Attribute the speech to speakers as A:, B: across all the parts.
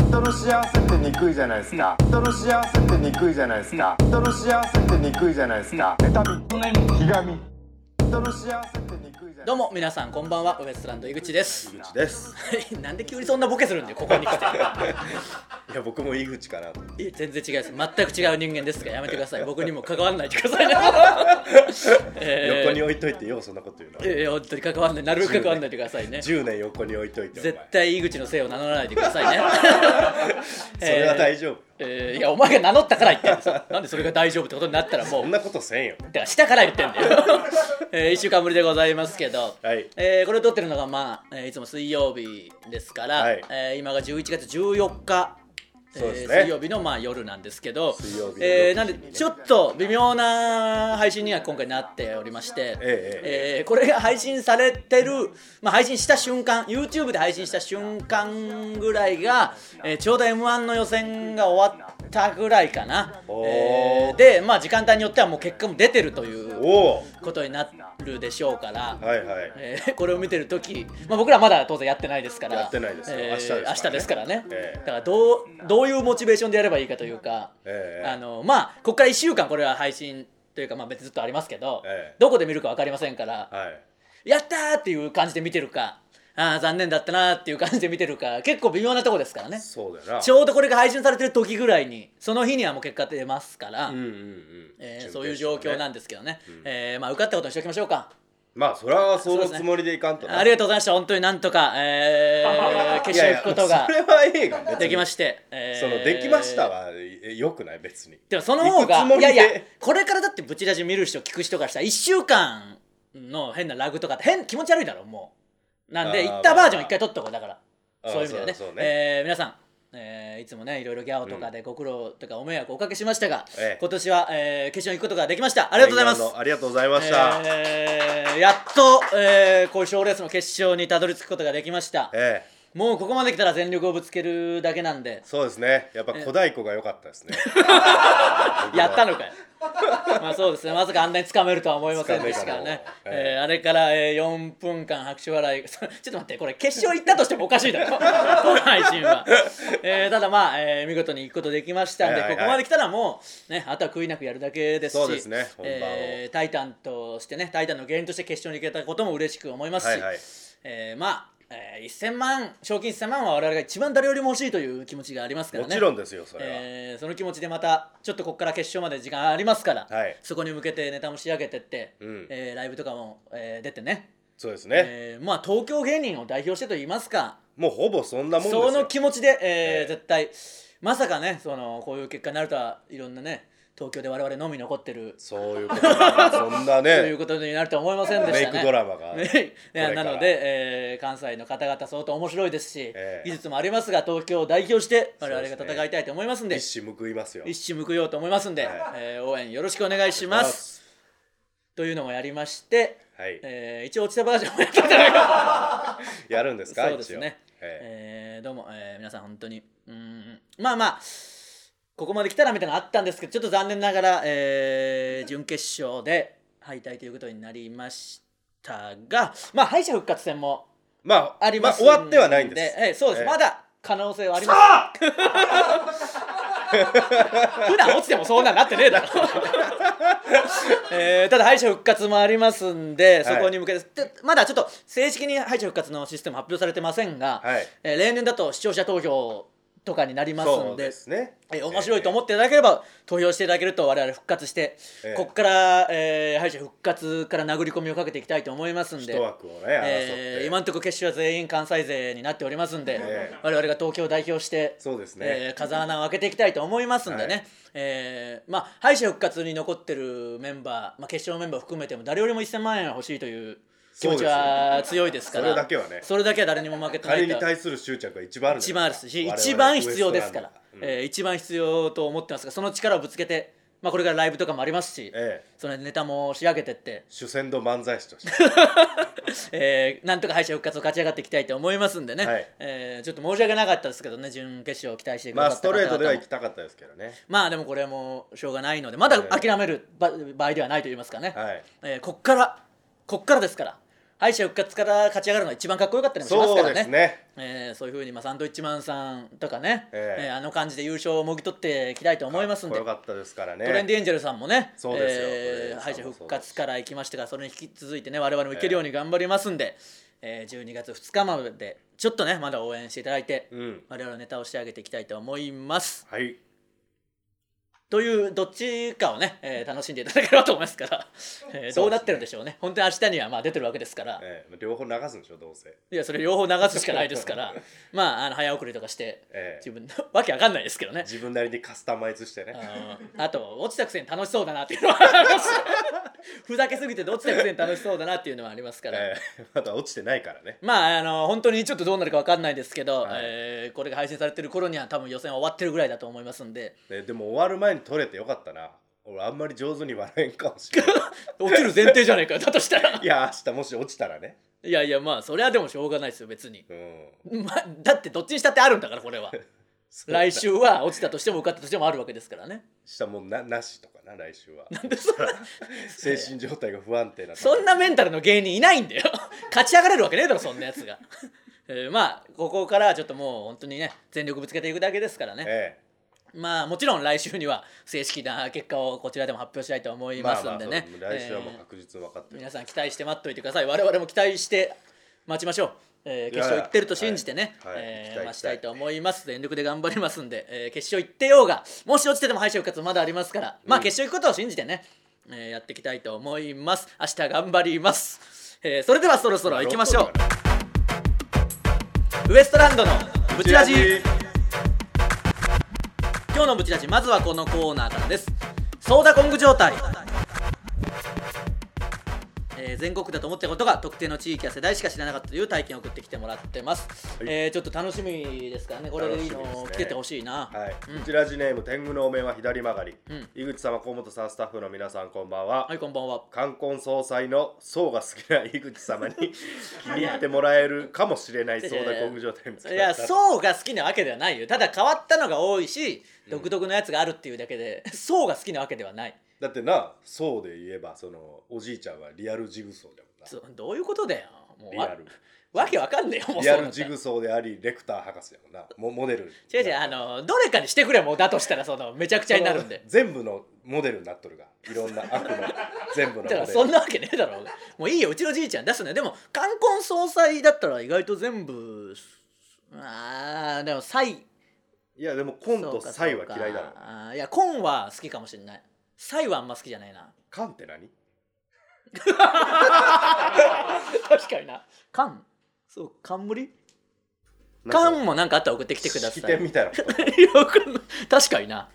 A: 人の幸せってにくいじゃないですか人の幸せってにくいじゃないですか人の幸せってにくいじゃないですか妬みひがみ人の幸せってにくいじゃない
B: どうも皆さんこんばんはウエストランド井口です
C: 井口です
B: はい なんで急にそんなボケするんだよここに来て
C: いや僕も井口かなと
B: いや全然違いです全く違う人間ですがやめてください僕にも関わらないでくださ いね、えー
C: 横に置いといてようそんなこと言うの
B: いやいや本当に関わんないなるべく関わんないでくださいね
C: 10年横に置いといてお前
B: 絶対井口のせいを名乗らないでください ね
C: それは大丈夫
B: えーいやお前が名乗ったから言ってんですよなんでそれが大丈夫ってことになったらもう
C: そんなことせんよ
B: だから下から言ってんだよ、え1週間ぶりでございますけど、
C: はい
B: えーこれを撮ってるのが、まあえーいつも水曜日ですから、
C: はい
B: えー今が11月14日
C: そうですね
B: えー水曜日のまあ夜なんですけど
C: 水曜日の
B: えーなんでちょっと微妙な配信には今回なっておりまして、
C: え
B: えーこれが配信されてる、まあ、配信した瞬間 YouTube で配信した瞬間ぐらいが、えーちょうど m 1の予選が終わったぐらいかな、
C: おー
B: えーで、まあ、時間帯によってはもう結果も出てるという
C: おお
B: ことになるでしょうから、
C: はいはい
B: えーこれを見てるとき、まあ、僕らまだ当然やってないですから
C: やってないですよ
B: えー明
C: 明
B: 日
C: 日
B: で
C: ですす
B: か
C: からら
B: ね
C: ね、ええ
B: だからどうどういうモチベーションでやればいいかというか、
C: ええ
B: あのまあここから1週間これは配信というか、まあ、別にずっとありますけど、
C: ええ
B: どこで見るか分かりませんから、
C: はい
B: やったーっていう感じで見てるかあー残念だったなーっていう感じで見てるか結構微妙なとこですからね
C: そうだな
B: ちょうどこれが配信されてる時ぐらいにその日にはもう結果出ますから、
C: うんうんうん
B: えーそういう状況なん
C: ん
B: ですけどね、えーまあ、受かったことにしておきましょうか、
C: まあそれはそ
B: そうで
C: の
B: すね
C: つもりでいかんと
B: ありがとうございました本当になんとか、 えー、決勝行くことが
C: いやいやそれはええが別に
B: できまして、えー
C: そのできましたはえよくない別に
B: でもその方が
C: 行くつも
B: い
C: り
B: や
C: で
B: いやこれからだってブチラジ見る人聞く人からしたら1週間の変なラグとかって変気持ち悪いだろもうなんで
C: あー
B: 行ったバージョン一回取っとこうだから
C: あー
B: そういう意味ではね
C: そうだそうね
B: えー皆さんえーいつもねいろいろギャオとかでご苦労とかお迷惑をおかけしましたが、
C: ええ
B: 今年は、えー決勝に行くことができましたあ
C: あ
B: りがとうございます、
C: のありがとうございましたえ
B: えーやっと、えー、こういう賞レースの決勝にたどり着くことができました
C: え
B: もうここまで来たら全力をぶつけるだけなんで
C: そうですねやっぱ小太鼓が良かったですね
B: やったのかよ まあそうですねまさかあんなにつかめるとは思いませんでしたからね、
C: 掴めたの
B: えーあれから、えー4分間拍手笑い ちょっと待ってこれ決勝行ったとしてもおかしいだろ この配信は、えーただまあ、えー見事に行くことできましたんで、
C: はいはいはい
B: ここまで来たらもう、ね、あとは悔いなくやるだけですし
C: そうですね本番を
B: えータイタンとしてねタイタンの原因として決勝に行けたことも嬉しく思いますし、
C: はいはい
B: えーまあ、えー1000万賞金1000万は我々が一番誰よりも欲しいという気持ちがありますから
C: も
B: ね
C: ちろんですよそれは、
B: えーその気持ちでまたちょっとここから決勝まで時間ありますから、
C: はい
B: そこに向けてネタも仕上げてって、
C: うん
B: えーライブとかも、えー出てね、
C: そうですね、
B: えーまあ東京芸人を代表してと言いますか
C: もうほぼそんなもんですよ
B: その気持ちで、えー
C: えー
B: 絶対まさかねそのこういう結果になるとはいろんなね東京で我々のみ残ってる
C: そういうことだそんな
B: という
C: ね
B: ことになるとは思いませんでしたね。
C: メイクドラマが
B: ね
C: これから
B: なので、えー関西の方々相当面白いですし、
C: ええ
B: 技術もありますが東京を代表して我々が
C: そうですね
B: 戦いたいと思いますんで
C: 一矢報いますよ
B: 一矢報ようと思いますんで、
C: はい
B: えー応援よろしくお願いしますというのもやりまして、
C: はい、
B: えー一応落ちたバージョンもやったんじゃないか
C: やるんですか
B: そうですね、
C: 一応え
B: えーどうも、えー皆さん本当にうーんまあまあここまで来たらみたいなのあったんですけどちょっと残念ながら、えー準決勝で敗退ということになりましたがまあ敗者復活戦も
C: えまあ
B: ありますん
C: まあ、終わってはないんです、
B: ええそうです、
C: ええ
B: まだ可能性はあります普段落ちてもそんなんなってねえだろ、えーただ敗者復活もありますんでそこに向けて、でまだちょっと正式に敗者復活のシステム発表されてませんが、
C: はい
B: えー例年だと視聴者投票とかになります
C: そ
B: ん
C: う
B: で
C: ですね
B: えー面白いと思っていただければ投票していただけると我々復活して、
C: ええ
B: ここから、えー敗者復活から殴り込みをかけていきたいと思いますんで
C: 一枠をね争って、
B: えー今のところ決勝は全員関西勢になっておりますんで、
C: ええ
B: 我々が東京を代表して
C: そうですね
B: えー風穴を開けていきたいと思いますんでね、
C: はい
B: えーまあ、敗者復活に残ってるメンバー、まあ、決勝メンバー含めても誰よりも1000万円は欲しいという気持ちは強いですから
C: それだけはね
B: それだけは誰にも負けてない
C: 彼
B: と
C: に対する執着が一番あるん
B: 一番あるし
C: 我々
B: 一番必要ですから
C: ウエス、トランドがうん
B: えー一番必要と思ってますがその力をぶつけて、まあ、これからライブとかもありますし、
C: ええ
B: そのネタも仕上げてって。
C: 主戦度漫才 師として
B: えーなんとか敗者復活を勝ち上がっていきたいと思いますんでね、
C: はい
B: えーちょっと申し訳なかったですけどね準決勝を期待してく
C: ま
B: だ
C: あ
B: さっ
C: ス
B: た
C: ト
B: 方々
C: レー
B: も
C: トでは行きたかったですけどね
B: まあでもこれはもうしょうがないのでまだ諦めるば場合ではないと言いますかね、
C: はい
B: えーこっからこっからですから敗者復活から勝ち上がるのが一番かっこよかったりもします
C: そ
B: か
C: う
B: ら
C: で
B: ね
C: すね
B: えーそういうふうに、まあ、サンドイッチマンさんとかね、
C: ええ
B: えーあの感じで優勝をもぎ取っていきたいと思いますんで
C: かっこよかったですからね
B: トレンディエンジェルさんもね、
C: そうですよ
B: えー
C: トレ
B: 敗
C: ン
B: 者
C: ディエンジェルさんも
B: 復活から行きましたから、それに引き続いてね、我々も行けるように頑張りますんで、えー12月2日まで、ちょっとね、まだ応援していただいて、
C: うん
B: 我々のネタを仕上げていきたいと思います。
C: はい
B: という、どっちかをね、えー楽しんでいただければと思いますから、えーどうなってるんでしょうね。本当に明日にはまあ出てるわけですから、
C: ええ両方流すんでしょどうせ
B: いや、それ両方流すしかないです から、まあ、あの早送りとかして、
C: ええ
B: 自分の、わけわかんないですけどね。
C: 自分なりにカスタマイズしてね
B: あのあと落ちたくせに楽しそうだなっていうのはあります ふざけすぎて落ちたくせに楽しそうだなっていうのはありますから、
C: ええ まだ落ちてないからね
B: まああの本当にちょっとどうなるか分かんないですけど、
C: はい
B: えーこれが配信されてる頃には多分予選は終わってるぐらいだと思いますんで
C: ねでも終わる前に取れてよかったな俺あんまり上手に笑えんかもしれ ない
B: 落ちる前提じゃないかよだとしたら
C: いや明日もし落ちたらね
B: いやいやまあそれはでもしょうがないですよ別に、
C: うん
B: まあ、だってどっちにしたってあるんだからこれは
C: そうだ
B: 来週は落ちたとしても受かったとしてもあるわけですからね
C: したもんななしとかな来週は
B: でそんな
C: 精神状態が不安定な
B: そんなメンタルの芸人いないんだよ 勝ち上がれるわけねえだろそんなやつが、 えーまあここからはちょっともう本当にね全力ぶつけていくだけですからね
C: え
B: まあもちろん来週には正式な結果をこちらでも発表したいと思
C: え
B: いますんでね
C: まあまあそう来週はもう
B: えー
C: 確実に分かってる、
B: 皆さん期待して待っといてください我々も期待して待ちましょう、えー決勝行ってると信じてね
C: はいはい
B: えー
C: 期待
B: 待ち
C: したたい
B: いと思います全力で頑張りますんで、えー決勝行ってようがもし落ちてても敗者復活まだありますから、まあ
C: うん
B: 決勝行くことを信じてね、えーやっていきたいと思います明日頑張ります、えーそれではそろそろ行きましょうウエストランドのブチラジ今日のブチラジまずはこのコーナーからですソーダコング状態えー全国だと思ってたことが特定の地域や世代しか知らなかったという体験を送ってきてもらってます、
C: はい
B: えーちょっと楽しみですからねこれでいい
C: 楽しみです
B: の
C: ね
B: 来ててほしいな、
C: はい、
B: うん
C: こちらジネーム天狗のお面は左曲がり、
B: うん
C: 井口様河本さんスタッフの皆さんこんばんは、
B: はいこんばんは
C: 冠婚葬祭の層が好きな井口 様に気に入ってもらえるかもしれないそうな工具状態に
B: いや層が好きなわけではないよただ変わったのが多いし
C: ん
B: 独特のやつがあるっていうだけで 層が好きなわけではない
C: だってな層で言えばそのおじいちゃんはリアルジグソーだもんな
B: そうどういうことだよもう
C: リ
B: わ
C: アル
B: わけわかんねえ よもう
C: リア
B: そうな
C: ル
B: った
C: ジ
B: ら
C: グソーでありレクター博士やもんなもモデル
B: 違う違うあのどれかにしてくれもうだとしたらそのめちゃくちゃになるんで
C: その全部のモデルになっとるがいろんな悪の全部のモ
B: だから
C: デル
B: そんなわけねえだろうがもういいようちのじいちゃん出すねでも冠婚葬祭だったら意外と全部あーでも祭
C: いやでもコン
B: そう
C: と
B: か
C: サイ
B: そ
C: は
B: うか
C: 嫌いだろ
B: あーいや婚は好きかもしれない祭はあんま好きじゃない な
C: カンって何
B: 確かにな冠そう冠冠もなんかあったら送ってきてください
C: 式典みたいなこ と
B: いやわかんない確かにな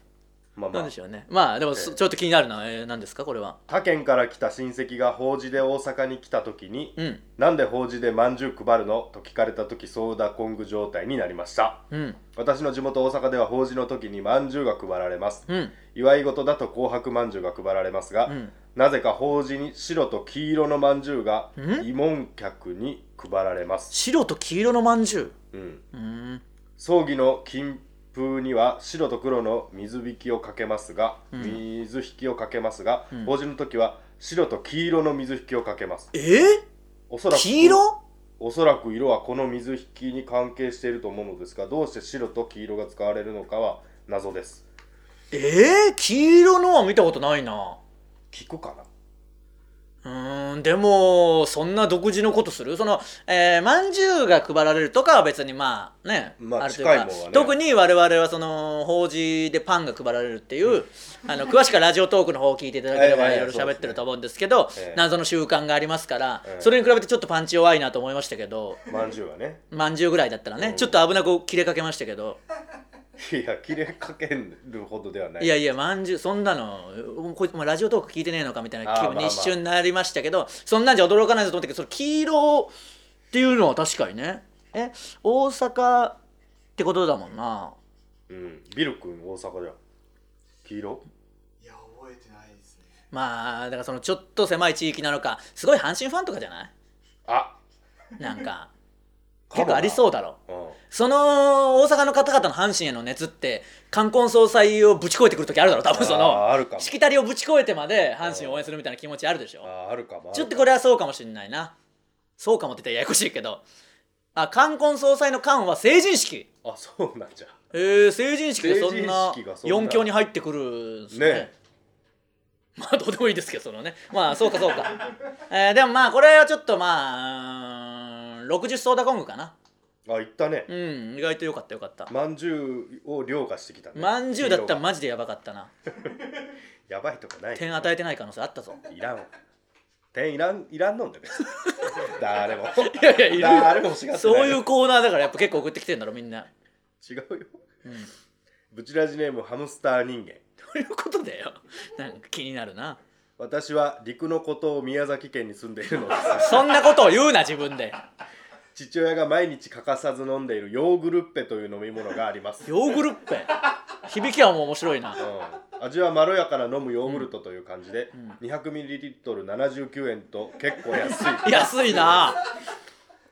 C: まあ
B: な
C: ま
B: ん
C: あ
B: でしょうねまあでもそ
C: ええ
B: ちょっと気になるのは、えー、何ですかこれは
C: 他県から来た親戚が法事で大阪に来た時に
B: うん
C: 「なんで法事でまんじゅう配るの?」と聞かれた時ソーダコング状態になりました
B: うん
C: 私の地元大阪では法事の時にまんじゅうが配られます
B: うん
C: 祝い事だと紅白まんじゅうが配られますが、
B: うん
C: なぜか法事に白と黄色のまんじゅうが
B: ん
C: 慰問客に配られます、
B: 白と黄色のまんじゅ
C: うん、
B: ううーん
C: 葬儀の金風には白と黒の水引きをかけますが、水引きをかけますが、
B: ん
C: 法事の時は白と黄色の水引きをかけます
B: え
C: おそ
B: ー、
C: らく
B: 黄色
C: おそらく色はこの水引きに関係していると思うのですがどうして白と黄色が使われるのかは謎です
B: えー、黄色のは見たことないな
C: 聞くかな
B: うーんでもそんな独自のことするそのえーまんじゅうが配られるとかは別にまあね、
C: まあ
B: るというか
C: 近いもんはね
B: 特に我々はその法事でパンが配られるって いうあの詳しくはラジオトークの方を聞いていただければ
C: ええ
B: いろいろ喋ってると思うんですけど、
C: そうですねええ
B: 謎の習慣がありますから、
C: ええ
B: それに比べてちょっとパンチ弱いなと思いましたけど
C: まんじゅう はね
B: まんじゅうぐらいだったらね、
C: うん
B: ちょっと危なく切れかけましたけど
C: いや切れかけるほどではない
B: いやいやまんじゅうそんなのこいつもラジオトーク聞いてねえのかみたいな
C: あー
B: 気分
C: まあ
B: に
C: まあ
B: 一瞬なりましたけど、そんなんじゃ驚かないぞと思ったけどその黄色っていうのは確かにねえ大阪ってことだもんな
C: うん、ビル君大阪じゃん黄色
D: いや覚えてないですね
B: まあだからそのちょっと狭い地域なのかすごい阪神ファンとかじゃない
C: あ
B: なん か
C: かもな
B: 結構ありそうだろ
C: うん
B: その大阪の方々の阪神への熱って冠婚葬祭をぶち越えてくる時あるだろ多分そ
C: あーあるか
B: の
C: も
B: しきたりをぶち越えてまで阪神を応援するみたいな気持ちあるでしょ
C: ああるかも
B: ちょっとこ
C: れ
B: れはそうかもしれないな。そうかもって言ったらややこしいけどあ冠婚葬祭の冠は成人式
C: あそうなんじゃ
B: えー、成人式でそんな
C: 成人式がそんな
B: 4強に入ってくるんですね
C: ね
B: まあどうでもいいですけどそのねまあそうかそうか、えーでもまあこれはちょっとまあうーん60ソーダコングかな
C: あ行ったね
B: うん意外とよかったよかった
C: まんじゅうを凌駕してきたね
B: まんじゅうだったら
C: 黄色が
B: マジでやばかったな
C: やばいとかない
B: 点与えてない可能性あったぞ
C: いらんわ点いらんいらんのん でね誰も
B: いやいやいるよ
C: 誰も欲しがってない
B: そういうコーナーだからやっぱ結構送ってきてんだろみんな
C: 違うよ
B: うん
C: ブチラジネームハムスター人間
B: ということだよなんか気になるな
C: 私は陸の孤島宮崎県に住んでいるのです
B: そんなことを言うな自分で
C: 父親が毎日欠かさず飲んでいるヨーグルッペという飲み物があります、
B: ヨーグルッペ響きはもう面白いな
C: うん味はまろやかな飲むヨーグルトという感じで、200ml79 円と結構安い、
B: 安いなあ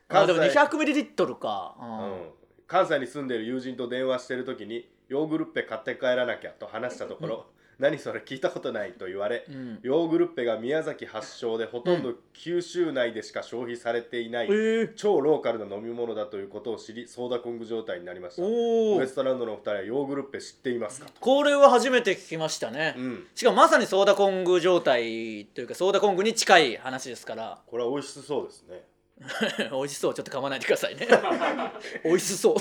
C: 関
B: で
C: 西
B: も 200ml か、うん
C: うん、関西に住んでいる友人と電話している時にヨーグルッペ買って帰らなきゃと話したところ、 何それ聞いたことないと言われ、
B: ん
C: ヨーグルッペが宮崎発祥でほとんど九州内でしか消費されていない、
B: えー、
C: 超ローカルな飲み物だということを知りソーダコング状態になりました
B: お
C: ウエ
B: お
C: ストランドのお二人はヨーグルッペ知っていますか
B: これは初めて聞きましたね、
C: うん
B: しかもまさにソーダコング状態というかソーダコングに近い話ですから
C: これは美味しそうですね
B: 美味しそうちょっと噛まないでくださ いね美味しそう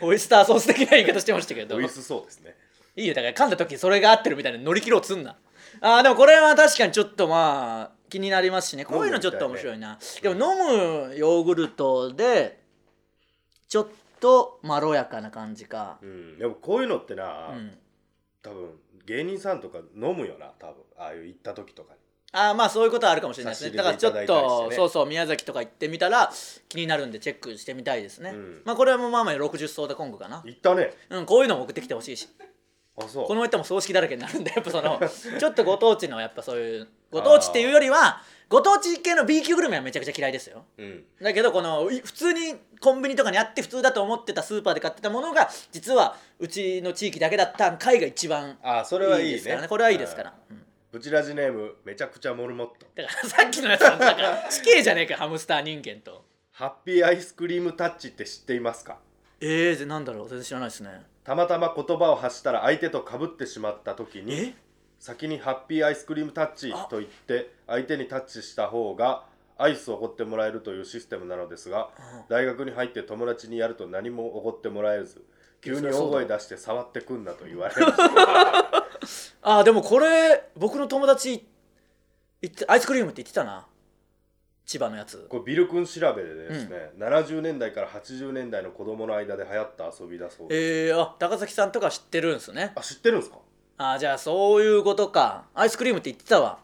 B: オイスターソース的な言い方してましたけど
C: 美味しそうですね
B: いいよだから噛んだ時それが合ってるみたいな乗り切ろうつんなあーでもこれは確かにちょっとまあ気になりますしねこういうのちょっと面白いなでも飲むヨーグルトでちょっとまろやかな感じか
C: うんでもこういうのってな、
B: うん
C: 多分芸人さんとか飲むよな多分ああいう行った時とかに
B: あーまあそういうことはあるかもしれないですねだ
C: 差し
B: か
C: 入
B: ら
C: れ
B: ち
C: て
B: ょった
C: いだいたりしてね
B: とそうそう宮崎とか行ってみたら気になるんでチェックしてみたいですね、
C: うん
B: まあこれはもうまあまあ60ソーダコングかな
C: 行ったね
B: うんこういうのも送ってきてほしいし
C: あそう
B: この人も葬式だら けになるんでやっぱそのちょっとご当地のやっぱそういうご当地っていうよりはご当地系の B 級グルメはめちゃくちゃ嫌いですよ
C: うん
B: だけどこのい普通にコンビニとかにあって普通だと思ってたスーパーで買ってたものが実はうちの地域だけだったんかいが一番
C: あそれはいいね
B: いいですからねこれはいいですから、うん
C: ブチラジネームめちゃくちゃモルモット
B: だから さっきのやつなんだから地形じゃねえかハムスター人間と
C: ハッピーアイスクリームタッチって知っていますか
B: えー、なんだろう全然知らないですね
C: たまたま言葉を発したら相手と被ってしまった時に先にハッピーアイスクリームタッチと言って相手にタッチした方がアイスをおごってもらえるというシステムなのですが大学に入って友達にやると何もおごってもらえず急に大声出して触ってくんなと言われ ました
B: あーでもこれ僕の友達言ってアイスクリームって言ってたな千葉のやつ
C: これビル君調べでですね、70年代から80年代の子供の間で流行った遊びだそうです、
B: えー、あ高崎さんとか知ってるんですね
C: あ知ってるんですか
B: あじゃあそういうことかアイスクリームって言ってたわ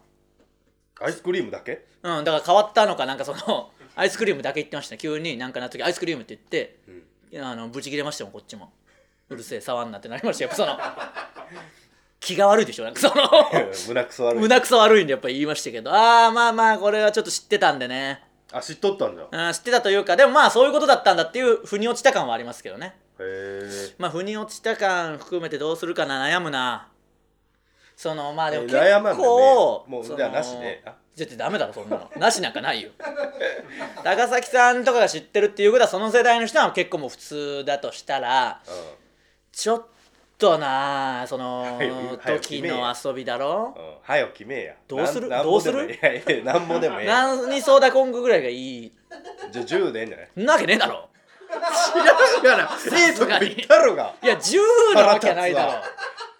C: アイスクリームだけ
B: うんだから変わったのかなんかその アイスクリームだけ言ってました急になんかなった時アイスクリームって言って、あのブチ切れましたもんこっちもうるせえ触んなってなりましたやっぱその 気が悪いでしょなんかそ の
C: 胸くそ悪い
B: 胸くそ悪いんでやっぱ言いましたけどああまあまあこれはちょっと知ってたんでね
C: あ知っとったんだへ
B: うん知ってたというかでもまあそういうことだったんだっていう腑に落ちた感はありますけどね
C: え
B: まあ腑に落ちた感含めてどうするかな悩むなそのまあでも結構、
C: 悩まんでねもう
B: その
C: じゃあなしであ
B: だってダメだろそんなのなしなんかないよ 高崎さんとかが知ってるっていうことはその世代の人は結構もう普通だとしたらちょっとなその
C: 早く早く決
B: 時
C: めえ
B: の遊びだろ
C: うんうん早く決めえや
B: どうする
C: なんなん
B: どう
C: ぼ
B: す
C: で
B: る
C: もいいいやいやなんぼでもええや
B: 何ソーダコングぐらいがいい
C: じゃあ10でええんじゃない
B: んなわけねえだろ
C: 知らんがな
B: 生徒がに
C: 言ったろが
B: いや10なわけないだろ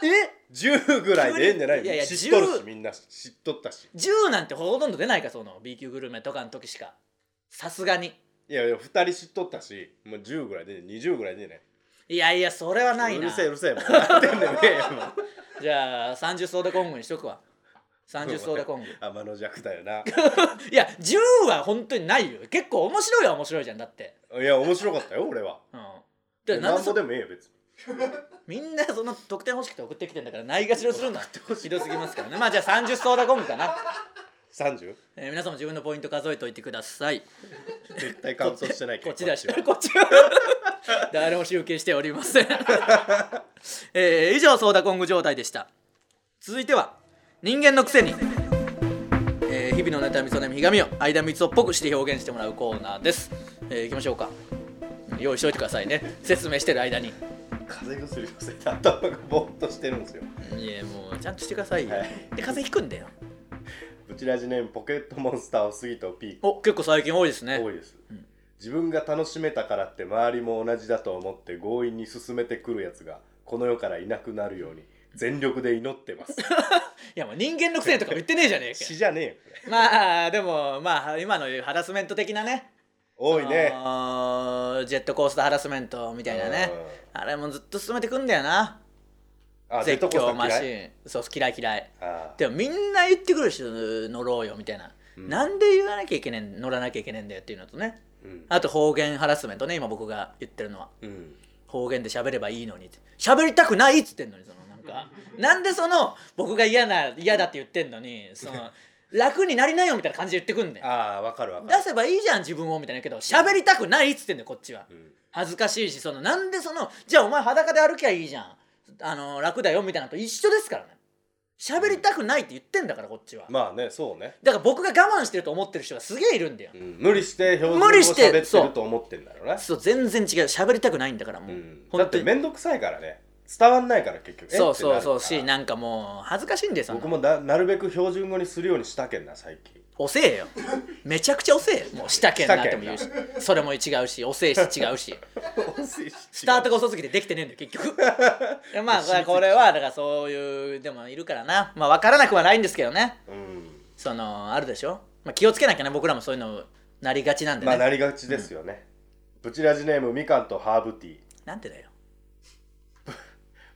B: え
C: 10ぐらいでええんじゃない
B: いやいや
C: 知っとる
B: 10
C: しみんな知っとったし
B: 10なんてほとんど出ないかその B 級グルメとかの時しかさすがに
C: いやいや2人知っとったしもう10ぐらいでええ20ぐらいでええね
B: いやいやそれはないうな
C: るせえうるせえもうなってんでねえよもう
B: じゃあ30ソーダコングにしとくわ30ソーダコング
C: 天の弱だよない
B: や10は本当にないよ結構面白いは面白いじゃんだって
C: いや面白かったよ俺は
B: うんだからなんで
C: なんぼ
B: そ
C: でもええよ別に
B: みんなその得点欲しくて送ってきてんだからないがしろするのはひどすぎますからねまあじゃあ30ソーダコングかな、
C: 30?
B: えー皆さんも自分のポイント数えておいてください
C: 絶対カウントしてないけ
B: こ
C: ど
B: っちだ し、
C: は
B: こっちは 誰も集計しておりません。 えー以上、ソーダコング状態でした。続いては、人間のくせに、えーー日々の妬みそみひがみを間三つをっぽくして表現してもらうコーナーです、えー、いきましょうか用意しておいてくださいね説明してる間に
C: 風邪薬をついて頭がぼーっとしてるんですよ
B: いやもうちゃんとしてくださいよ、
C: はい
B: で風邪ひくんだよ
C: ブチラジネームポケットモンスターを過ぎとピーク
B: お結構最近多いですね
C: 多いです、
B: うん
C: 自分が楽しめたからって周りも同じだと思って強引に進めてくるやつがこの世からいなくなるように全力で祈っ てます
B: いやもう人間のくせにとか言ってねえじゃねえか
C: 死
B: よ
C: じゃねえよこれ
B: まあでもまあ今の言うハラスメント的なね
C: 多いね
B: あのジェットコースターハラスメントみたいなねあれもずっと進めてくんだよな
C: うんあジェ
B: 絶
C: ットコースタ
B: 叫
C: ー
B: マシ
C: 嫌い
B: ーンそう嫌い嫌い
C: あー
B: でもみんな言ってくるし乗ろうよみたいな、
C: うん
B: なんで言わなきゃいけねえ乗らなきゃいけねえんだよっていうのとね
C: うん
B: あと方言ハラスメントね今僕が言ってるのは
C: うん
B: 方言で喋ればいいのにって喋りたくないっつってんのにそのなんかなんでその僕が嫌な嫌だって言ってんのにそ の楽になりなよみたいな感じで言ってくんねん
C: あーわかるわか
B: 出
C: る
B: せばいいじゃん自分をみたいな言うけど喋りたくないっつってんだよこっちは
C: うん
B: 恥ずかしいしそのなんでそのじゃあお前裸で歩きゃいいじゃんあの楽だよみたいなのと一緒ですからね喋りたくないって言ってんだからこっちは
C: まあねそうね、
B: だから僕が我慢してると思ってる人がすげえいるんだよ
C: うん、無理して標準語
B: 無理して
C: 喋って
B: そう
C: ると思ってんだろうな
B: そう全然違う喋りたくないんだからもう、
C: うんだ
B: 本
C: って
B: 当に
C: 面倒くさいからね伝わんないから結局え
B: そうそう
C: ってなるか
B: そ
C: ら
B: うしなんかもう恥ずかしいんですよ
C: 僕もななるべく標準語にするようにしたけんな最近
B: 遅えよめちゃくちゃ遅えよもうしたけんなっても言うしそれも違うし遅えし違う しス
C: ス
B: タートが遅すぎてできてねえんだよ結 局でまあこれはだからそういうでもいるからなまあ分からなくはないんですけどね
C: うん
B: そのあるでしょ、まあ、気をつけなきゃね僕らもそういうのなりがちなんでね、
C: まあなりがちですよね、ブチラジネームみかんとハーブティー
B: なんてだよ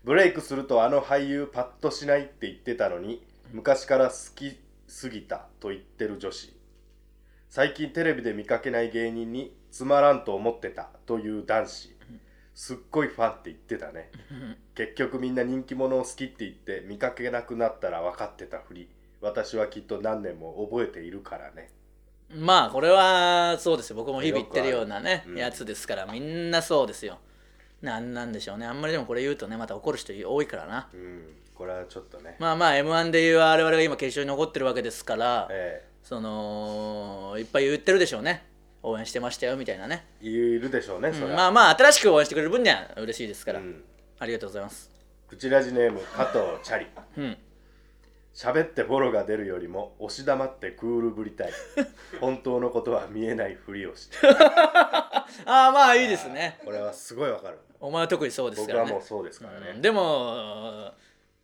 C: ブレイクするとあの俳優パッとしないって言ってたのに昔から好きすぎたと言ってる女子最近テレビで見かけない芸人につまらんと思ってたという男子すっごいファンって言ってたね結局みんな人気者を好きって言って見かけなくなったら分かってたふり私はきっと何年も覚えているからね
B: まあこれはそうですよ僕も日々言ってるようなね、
C: うん
B: やつですからみんなそうですよなんなんでしょうねあんまりでもこれ言うとねまた怒る人多いからな
C: うんこれはちょっとね、
B: まあまあ m 1でいう我々が今決勝に残ってるわけですから
C: え
B: そのいっぱい言ってるでしょうね応援してましたよみたいなね、
C: えいるでしょうね
B: うん
C: それ
B: ま
C: は、
B: あまあ新しく応援してくれる分には嬉しいですから、
C: うん
B: ありがとうございます
C: プチラジネーム加藤チャリ
B: うん
C: 喋ってボロが出るよりも押し黙ってクールぶりたい本当のことは見えないふりをして
B: ああまあ いいですね
C: これはすごいわかる
B: お前は特にそうですか
C: 僕
B: ら
C: は
B: ね
C: もうそうですから
B: うん
C: ね
B: でも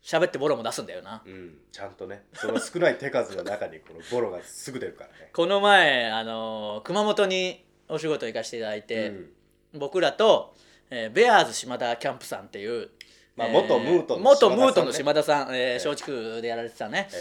B: 喋ってボロも出すんだよな
C: うん、ちゃんとねその少ない手数の中にこのボロがすぐ出るから ね
B: この前あの熊本にお仕事行かせていただいて、
C: うん
B: 僕らと、えーベアーズ島田キャンプさんっていう、
C: まあ
B: え
C: 元ムートの島田さ
B: 元
C: んね
B: ムートの島田さん、えー
C: ええ
B: 松竹でやられてたね、
C: え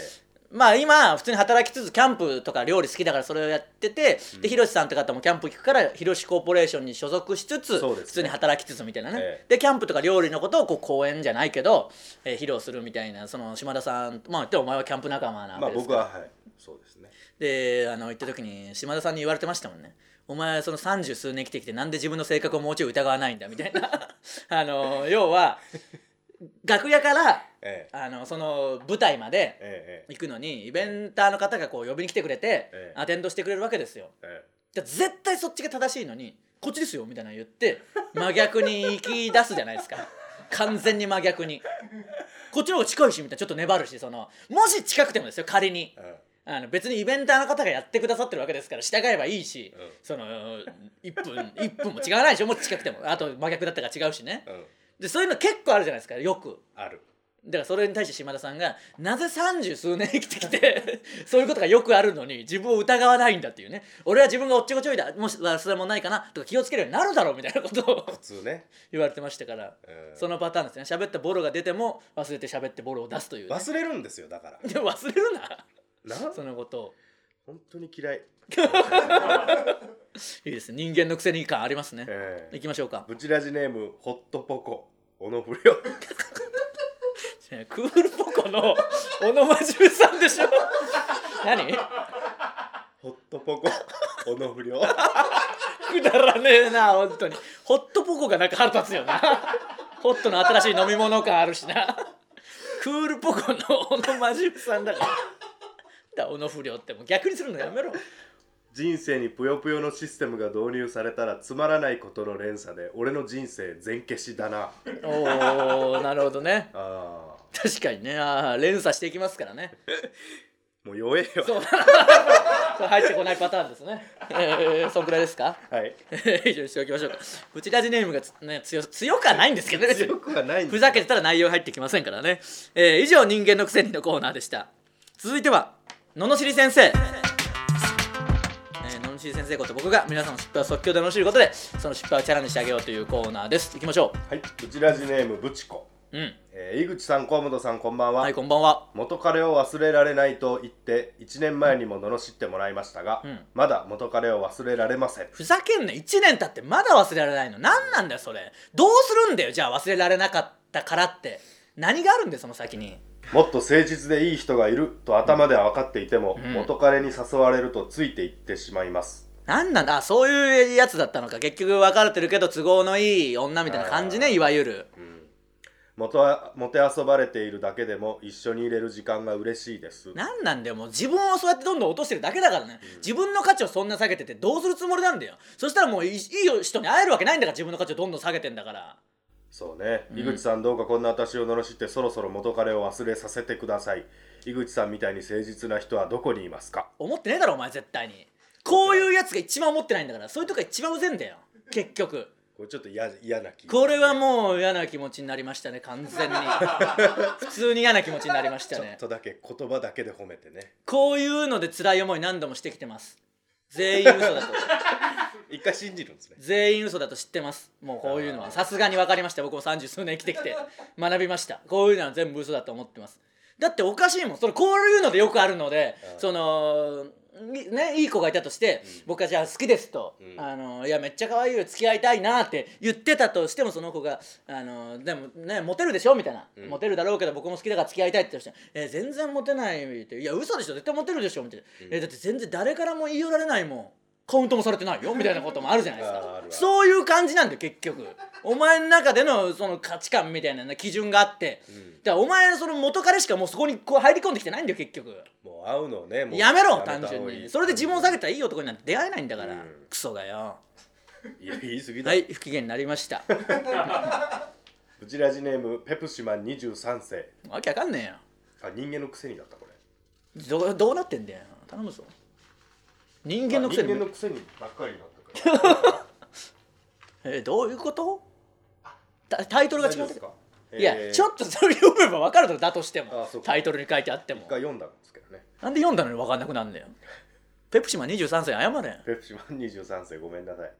B: まあ今普通に働きつつキャンプとか料理好きだからそれをやってて、でひろしさんって方もキャンプ行くからひろしコーポレーションに所属しつつ、
C: そうですね
B: 普通に働きつつみたいなね、
C: え
B: でキャンプとか料理のことをこう講演じゃないけど、えー披露するみたいなその島田さんまあ言ってお前はキャンプ仲間な
C: ま
B: わ
C: あ
B: けです
C: 僕
B: から、
C: ははいそうですね
B: であの行った時に島田さんに言われてましたもんねお前その三十数年生きてきてなんで自分の性格をもうちょい疑わないんだみたいな あの要は楽屋から
C: ええ
B: あのその舞台まで
C: ええ
B: 行くのにイベンターの方がこう呼びに来てくれて、
C: ええ
B: アテンドしてくれるわけですよ
C: ええ
B: じゃあ絶対そっちが正しいのにこっちですよみたいなの言って真逆に行き出すじゃないです か完全に真逆にこっちの方が近いしみたいなちょっと粘るしそのもし近くてもですよ仮に。
C: ええ
B: あの別にイベンターの方がやってくださってるわけですから従えばいいし、
C: うん
B: その1分1分も違わないでしょもう近くてもあと真逆だったから違うしね
C: うん
B: でそういうの結構あるじゃないですかよく
C: ある
B: だからそれに対して島田さんがなぜ三十数年生きてきて そういうことがよくあるのに自分を疑わないんだっていうね俺は自分がおっちょこちょいだもしそれもないかなとか気をつけるようになるだろうみたいなことを
C: 普通ね、
B: 言われてましたから
C: うん
B: そのパターンですね喋ったボロが出ても忘れて喋ってボロを出すという、ね、
C: 忘れるんですよ だから
B: でも忘れるな
C: な
B: そのことを。
C: 本当に 嫌
B: い
C: い、
B: いですね人間のくせに感ありますね、
C: ええ
B: 行きましょうか
C: ブチラジネームホットポコ小野不 良
B: クールポコの小野真面目さんでしょ何
C: ホットポコ小野不良
B: くだらねえな本当にホットポコがなんか腹立つよなホットの新しい飲み物感あるしなクールポコの小野真面目さんだからだ小野不良ってもう逆にするのやめろ
C: 人生にぷよぷよのシステムが導入されたらつまらないことの連鎖で俺の人生全消しだな
B: おおなるほどね
C: あ
B: 確かにねあー連鎖していきますからね
C: ーもう弱えよ
B: そうそう入ってこないパターンですねえー、そんくらいですか
C: はい
B: えー以上にしておきましょうかブチラジネームがつ、ね、強強くはないんですけどね
C: 強くはないんだ
B: ふざけてたら内容入ってきませんからね、えー以上人間のくせにのコーナーでした続いては罵り先生えー罵り先生こと僕が皆さんの失敗を即興で罵ることでその失敗をチャレンジしてあげようというコーナーですいきましょ
C: はいブチラジネームブチコ、
B: ううん
C: えー井口さん河本さんこんばんは、
B: はいこんばんは
C: 元彼を忘れられないと言って1年前にも罵ってもらいましたが、
B: うん
C: まだ元彼を忘れられません
B: ふざけんな1年経ってまだ忘れられないの何なんだよそれどうするんだよじゃあ忘れられなかったからって何があるんだよその先に
C: もっと誠実でいい人がいると頭では分かっていても、
B: うん
C: 元彼に誘われるとついていってしまいます
B: なんなんだあそういうやつだったのか結局別れてるけど都合のいい女みたいな感じ
C: あ
B: ね
C: ー
B: いわゆる
C: もとはもてあそばれているだけでも一緒に入れる時間が嬉しいです
B: なんなんだよもう自分をそうやってどんどん落としてるだけだからね、自分の価値をそんな下げててどうするつもりなんだよそしたらもういいいい人に会えるわけないんだから自分の価値をどんどん下げてんだから
C: そうね、
B: うん
C: 井口さんどうかこんな私を罵ってそろそろ元彼を忘れさせてください井口さんみたいに誠実な人はどこにいますか
B: 思ってねえだろお前絶対にこういうやつが一番思ってないんだからそういうとこが一番うぜえんだよ結局
C: これちょっと嫌嫌な気
B: これはもう嫌な気持ちになりましたね完全 に普通に嫌な気持ちになりました
C: ちょ
B: ね
C: っとだけ言葉だけで褒めてね
B: こういうので辛い思い何度もしてきてます全員嘘だと
C: 一回信じるんですね
B: 全員嘘だと知ってますもうこういうのはさすがに分かりました僕も三十数年生きてきて学びましたこういうのは全部嘘だと思ってますだっておかしいもんそれこういうのでよくあるので
C: うん
B: そのいね、いい子がいたとして、僕がじゃあ好きですと、
C: うん
B: あのいやめっちゃ可愛いよ付き合いたいなって言ってたとしてもその子があのでもねモテるでしょみたいな、
C: うん
B: モテるだろうけど僕も好きだから付き合いたいって言ったら、えー全然モテないっていや嘘でしょ絶対モテるでしょみたいな、
C: うん
B: えーだって全然誰からも言い寄られないもんカウントもされてないよみたいなこともあるじゃないです
C: あーあ
B: か
C: るある
B: そういう感じなんだよ結局お前の中でのその価値観みたいなね基準があって、
C: ん
B: だからお前のその元彼しかもうそこにこう入り込んできてないんだよ結局
C: もう会うのをねもう
B: やめろ
C: た方
B: 単
C: が
B: 純に
C: いい
B: それで自分を下げたらいい男になんて出会えないんだから、
C: うん
B: クソがよ
C: いや言い過ぎだ
B: はい不機嫌になりました
C: ブチラジネームペプシマン23世
B: わけわかんね
C: あ人間のくせにだったこれ
B: えよどどうなってんだよ頼むぞ人間のくせに
C: あ人間のくせにばっかりだった から
B: えーどういうことタタイトルが違
C: 大丈夫
B: う
C: ですか
B: いや、
C: えー
B: ちょっとそれ読めば分かるだろだとして
C: あ
B: も
C: そうか
B: タイトルに書いてあっても
C: 一回読んだんですけどね
B: なんで読んだのに分かんなくなんだよペプシマン23歳謝れ
C: ペプシマン23世ごめんなさい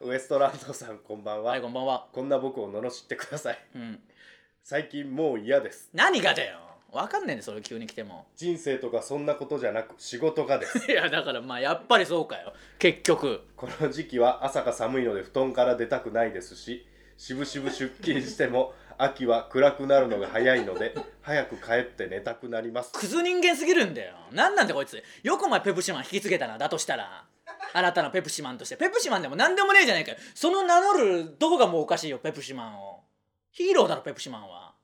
C: ウエストランドさんこんばんは、
B: はいこんばんは
C: こんな僕を罵ってください
B: うん
C: 最近もう嫌です
B: 何がだよ分かんねえんだよそれ急に来ても
C: 人生とかそんなことじゃなく仕事がです
B: いやだからまあやっぱりそうかよ結局
C: この時期は朝が寒いので布団から出たくないですししぶしぶ出勤しても秋は暗くなるのが早いので早く帰って寝たくなります
B: クズ人間すぎるんだよ何なんだこいつよくお前ペプシマン引き継げたなだとしたらあなたのペプシマンとしてペプシマンでも何でもねえじゃねえかよその名乗るどこがもうおかしいよペプシマンをヒーローだろペプシマンは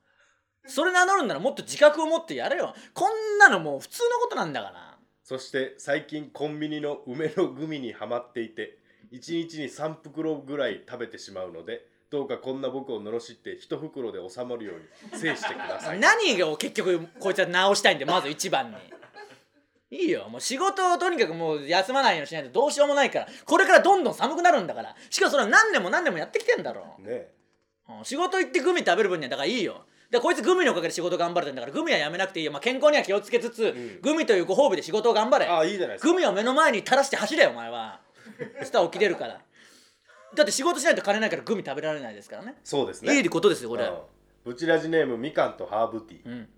B: それ名乗るんならもっと自覚を持ってやれよこんなのもう普通のことなんだから
C: そして最近コンビニの梅のグミにはまっていて1日に3袋ぐらい食べてしまうのでどうかこんな僕を罵って1袋で収まるように制してくだ さい
B: 何を結局こいつは直したいんでまず一番にいいよもう仕事をとにかくもう休まないようにしないとどうしようもないからこれからどんどん寒くなるんだからしかもそれは何年も何年もやってきてんだろ
C: ねえ
B: うん仕事行ってグミ食べる分にはだからいいよでこいつグミのおかげで仕事頑張れてんだからグミはやめなくていいよ、まあ、健康には気をつけつつ、
C: ん
B: グミというご褒美で仕事を頑張れ
C: ああいいじゃないですか
B: グミを目の前に垂らして走れよお前はそしたら起きれるからだって仕事しないと金ないからグミ食べられないですからね
C: そうですね
B: いいことですよこれ
C: うんブチラジネームみかんとハーブティー、
B: うん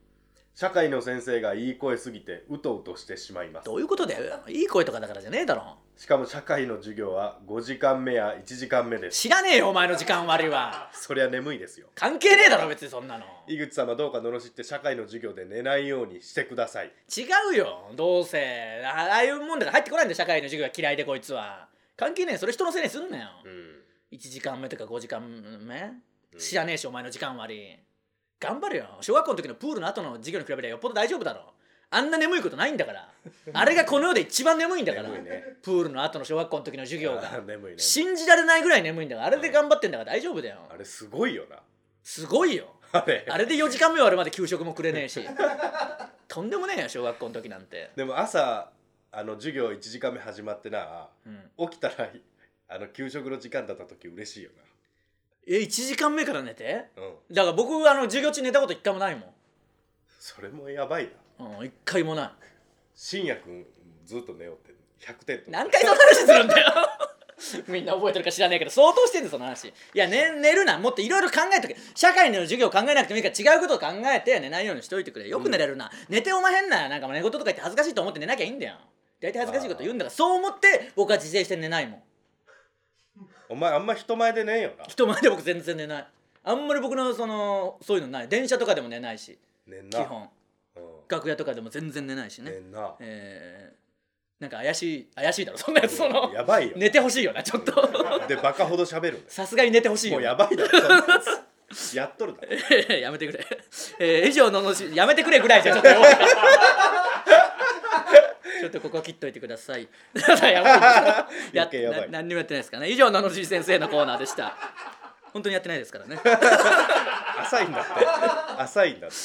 C: 社会の先生がいい声すぎてうとうとしてしまいます
B: どういうことだよいい声とかだからじゃねえだろ
C: しかも社会の授業は5時間目や1時間目です
B: 知らねえよお前の時間割は
C: そりゃ眠いですよ
B: 関係ねえだろ別にそんなの
C: 井口様どうか罵って社会の授業で寝ないようにしてください
B: 違うよどうせあああいうもんだから入ってこないんだよ社会の授業が嫌いでこいつは関係ねえそれ人のせいにすんなよ、
C: う
B: 1
C: ん
B: 時間目とか5時間目知らねえしお前の時間割り頑張れよ小学校の時のプールの後の授業に比べりゃよっぽど大丈夫だろあんな眠いことないんだからあれがこの世で一番眠いんだから、
C: 眠いね
B: プールの後の小学校の時の授業
C: あ
B: が
C: ー眠いね
B: 信じられないぐらい眠いんだからあれで頑張ってんだから大丈夫だよ
C: あれすごいよな
B: すごいよ
C: あれ
B: あれで4時間目終わるまで給食もくれねえしとんでもねえよ小学校の時なんて、
C: でも朝あの授業1時間目始まってな
B: うん、
C: 起きたらあの給食の時間だった時嬉しいよ
B: え1時間目から寝て
C: なうん
B: だから僕あの授業中寝たこと一回もないも、
C: それもやばいなん
B: うん、一回もない
C: 深夜くんずっと寝ようって100点とか
B: 何回その話するんだよ みんな覚えてるか知らないけど相当してんだよその話いや、ね、寝るなもっといろいろ考えとけ社会の授業考えなくてもいいから違うことを考えて寝ないようにしといてくれよく寝れるな、寝ておまへんななんか寝言とか言って恥ずかしいと思って寝なきゃいいんだよ大体恥ずかしいこと言うんだからそう思って僕は自制して寝ないもん
C: お前あんま人前で寝んよな
B: 人前で僕全然寝ないあんまり僕のそのそういうのない電車とかでも寝ないし
C: 寝ん
B: 基
C: な
B: 本
C: う
B: 楽屋とかでも全然寝ないし
C: ん
B: ね
C: 寝んな
B: えー、なんか怪しい怪しいだろそんなやつその
C: やばいよ
B: 寝てほしいよなちょっ と
C: でバカほど喋るんだ
B: さすがに寝てほしい
C: よも
B: よ
C: うやばいだろそんなやつやっとるだろ
B: やめてくれ、えー、以上ののしやめてくれぐらいじゃちょっと 弱いちょっとここ切っといてください やばい
C: 余計やばい
B: な何にもやってないですからね以上ののし先生のコーナーでした本当にやってないですからね
C: 浅いんだって浅いんだって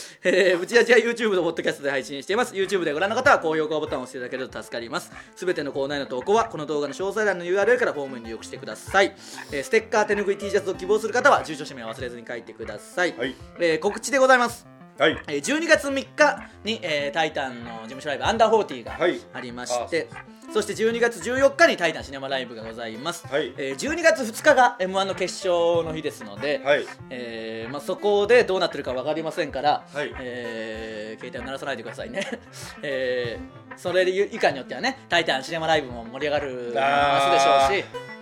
B: えー、ぶちラジは YouTube とポッドキャストで配信しています YouTube でご覧の方は高評価ボタンを押していただけると助かりますすべてのコーナーへの投稿はこの動画の詳細欄の URL からフォームに入力してください、えーステッカー手ぬぐい T シャツを希望する方は住所氏名を忘れずに書いてください、
C: はい
B: えー告知でございます
C: はい
B: えー12月3日に、えータイタンの事務所ライブアンダーフォーティーが
C: はい
B: ありまして、そして12月14日にタイタンシネマライブがございます、
C: はい
B: えー12月2日が m 1の決勝の日ですので、
C: はい
B: えーまあ、そこでどうなってるか分かりませんから、
C: はい
B: えー携帯を鳴らさないでくださいね、 えーそれ以下によってはね「タイタンシネマライブ」も盛り上がる明日でし
C: あー
B: ょうし、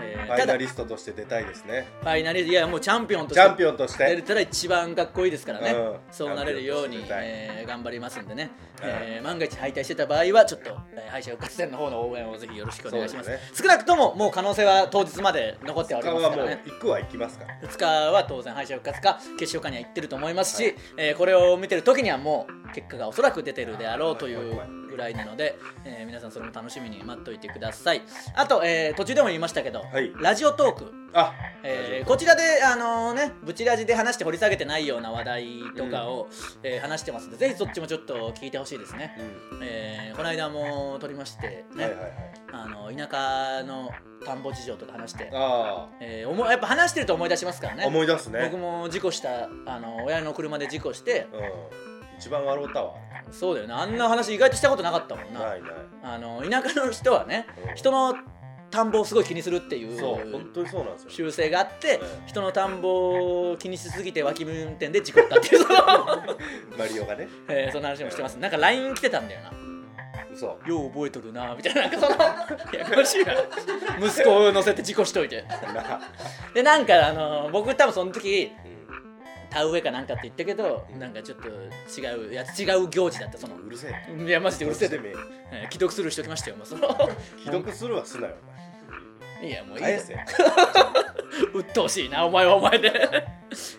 B: え
C: フ
B: ー
C: ァ
B: た
C: イ
B: だ
C: ナ
B: フ
C: リストとして出たいですね
B: ァイナリストいやもうチャンピオンとし
C: チ
B: て
C: ャンピオンとし
B: 出れ
C: て
B: たら一番かっこいいですからね、
C: うん
B: そうなれるよう
C: チャンピオン
B: に
C: として、出たい
B: えー頑張りますんでね、
C: うん
B: えー万が一敗退してた場合はちょっと、えー敗者復活戦の方の応援をぜひよろしくお願いします
C: そうです
B: 少なくとももう可能性は当日まで残ってはおり
C: 他
B: ます
C: は
B: か
C: も
B: ら
C: う
B: ね
C: 行くは行きますから
B: 2日は当然敗者復活か決勝かには行ってると思いますし、
C: はい
B: えーこれを見てる時にはもう結果がおそらく出てるであろうというぐらいなので、えー皆さんそれも楽しみに待っておいてくださいあと、えー途中でも言いましたけど、
C: はい
B: ラジオトーク
C: あ
B: えーこちらであのねブチラジで話して掘り下げてないような話題とかを、えー話してますのでぜひそっちもちょっと聞いてほしいですね、
C: うん
B: えーこの間も撮りましてね、
C: はいはいはい
B: あの田舎の田んぼ事情とか話して、
C: あ
B: えー思いやっぱ話してると思い出しますから
C: あ
B: ね
C: 思い出すね
B: 僕も事故したあの親の車で事故して
C: うん一番笑うたわ
B: そうだよねあんな話意外としたことなかったもんな、
C: ないない
B: あの田舎の人はね
C: うん
B: 人の田んぼをすごい気にするっていう
C: そう本当にそうなんですよ
B: 修正があって
C: え
B: 人の田んぼを気にしすぎて脇見運転で事故ったっていうそ の、
C: マリオがね
B: えーそんな話もしてますなんか LINE 来てたんだよな
C: 嘘
B: よう覚えとるなみたいななんか そのややこしいな息子を乗せて事故しといて
C: な
B: でなんかあの僕多分その時
C: うん
B: 田植えかなんかって言ったけどなんかちょっと違うやつ違う行事だったその
C: うるせえ
B: いやマジでうるせえで
C: どっちでもいい
B: え ー既読するしときましたよもうその
C: 既読するはすなよお前
B: いやもういい
C: 返
B: です
C: せ
B: 鬱陶しいなお前はお前で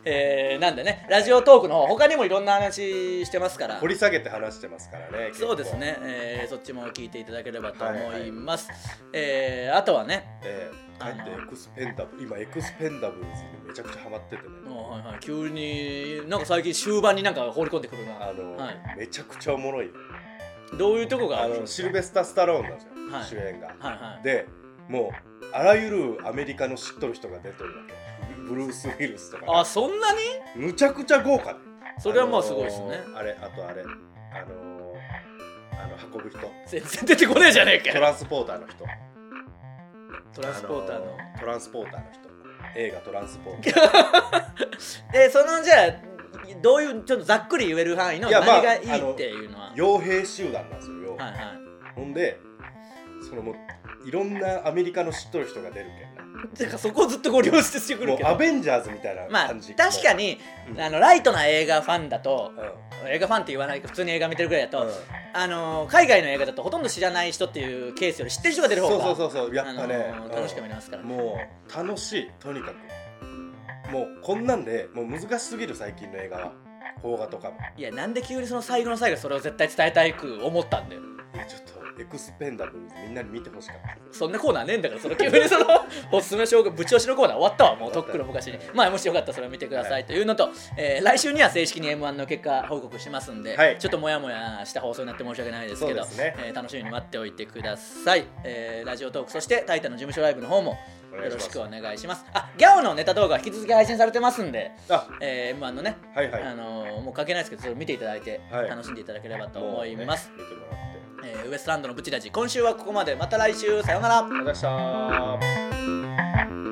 B: えー、なんでねラジオトークの方他にもいろんな話してますから
C: 掘り下げて話してますからね結構
B: そうですね、えーそっちも聞いていただければと思います、えーあとはね
C: ええ帰ってエクスペンダブル今エクスペンダブルズにめちゃくちゃハマっててね
B: もうはいはい、急になんか最近終盤になんか放り込んでくるな
C: あの、
B: はい、
C: めちゃくちゃおもろいよ
B: どういうとこが
C: あ
B: あるん
C: の
B: です
C: シ
B: か
C: ルベスタ・スタローンなんですよ、
B: はい
C: 主演が、
B: はいはい
C: でもうあらゆるアメリカの知っとる人が出てるわけブルース・ウィルスとかね、
B: あそんなに
C: むちゃくちゃ豪華で
B: それはまあすごいですね、
C: あのーあれあとあれあのー、あの運ぶ人
B: 全然出てこねえじゃねえ
C: ト
B: かよ
C: ランスポーターの人
B: トランスポーターの、
C: あのートランスポーターの人映画トランスポーター
B: でそのじゃあどういうちょっとざっくり言える範囲の
C: いや
B: 何
C: まあ
B: がい
C: あ
B: い
C: の
B: っていうのは、
C: 傭兵集団なんですよ、要は
B: はいはい
C: ほんでそのもういろんなアメリカの知っとる人が出る
B: だからそこをずっとご利用してして
C: け
B: く
C: ん
B: る
C: なも
B: け
C: うア
B: ど
C: ベンジャーズみたいな
B: まあ
C: 感じ、
B: 確かに、
C: うん
B: あのライトな映画ファンだと
C: もう
B: 映画ファンって言わないけど普通に映画見てるぐらいだ
C: う
B: と、
C: んうん
B: あの海外の映画だとほとんど知らない人っていうケースより知ってる人が出る方が
C: そうそうそうそうやっぱね、
B: あのー
C: うん
B: 楽しく見れますからね
C: もう楽しいとにかくもうこんなんでもう難しすぎる最近の映画は邦画とかも
B: いやなんで急にその最後の最後それを絶対伝えたいく思ったんだよ
C: いやちょっとエクスペンダブルズみんなに見てほしかった
B: そんなコーナーねえんだからその急に そのおすすめ紹介ぶち押しのコーナー終わったわもうとっくの昔にまあもしよかったらそれを見てくださ
C: はい
B: というのと、えー来週には正式に m 1の結果報告しますんで、
C: はい
B: ちょっともやもやした放送になって申し訳ないですけど
C: そうですね
B: えー楽しみに待っておいてください、えーラジオトークそして「タイタン」の事務所ライブの方も
C: お願
B: よ
C: いし
B: ろ
C: ま
B: し
C: す
B: くお願いしますあギャオのネタ動画引き続き配信されてますんで、
C: あ
B: えー、m 1のね
C: はいはい
B: あのーもう関係ないですけどそれ見ていただいて
C: はい
B: 楽しんでいただければと
C: も
B: 思
C: うね
B: います、
C: 見てもらって
B: えーウエストランドのブチラジ今週はここまでまた来週さようなら
C: ありがとうございました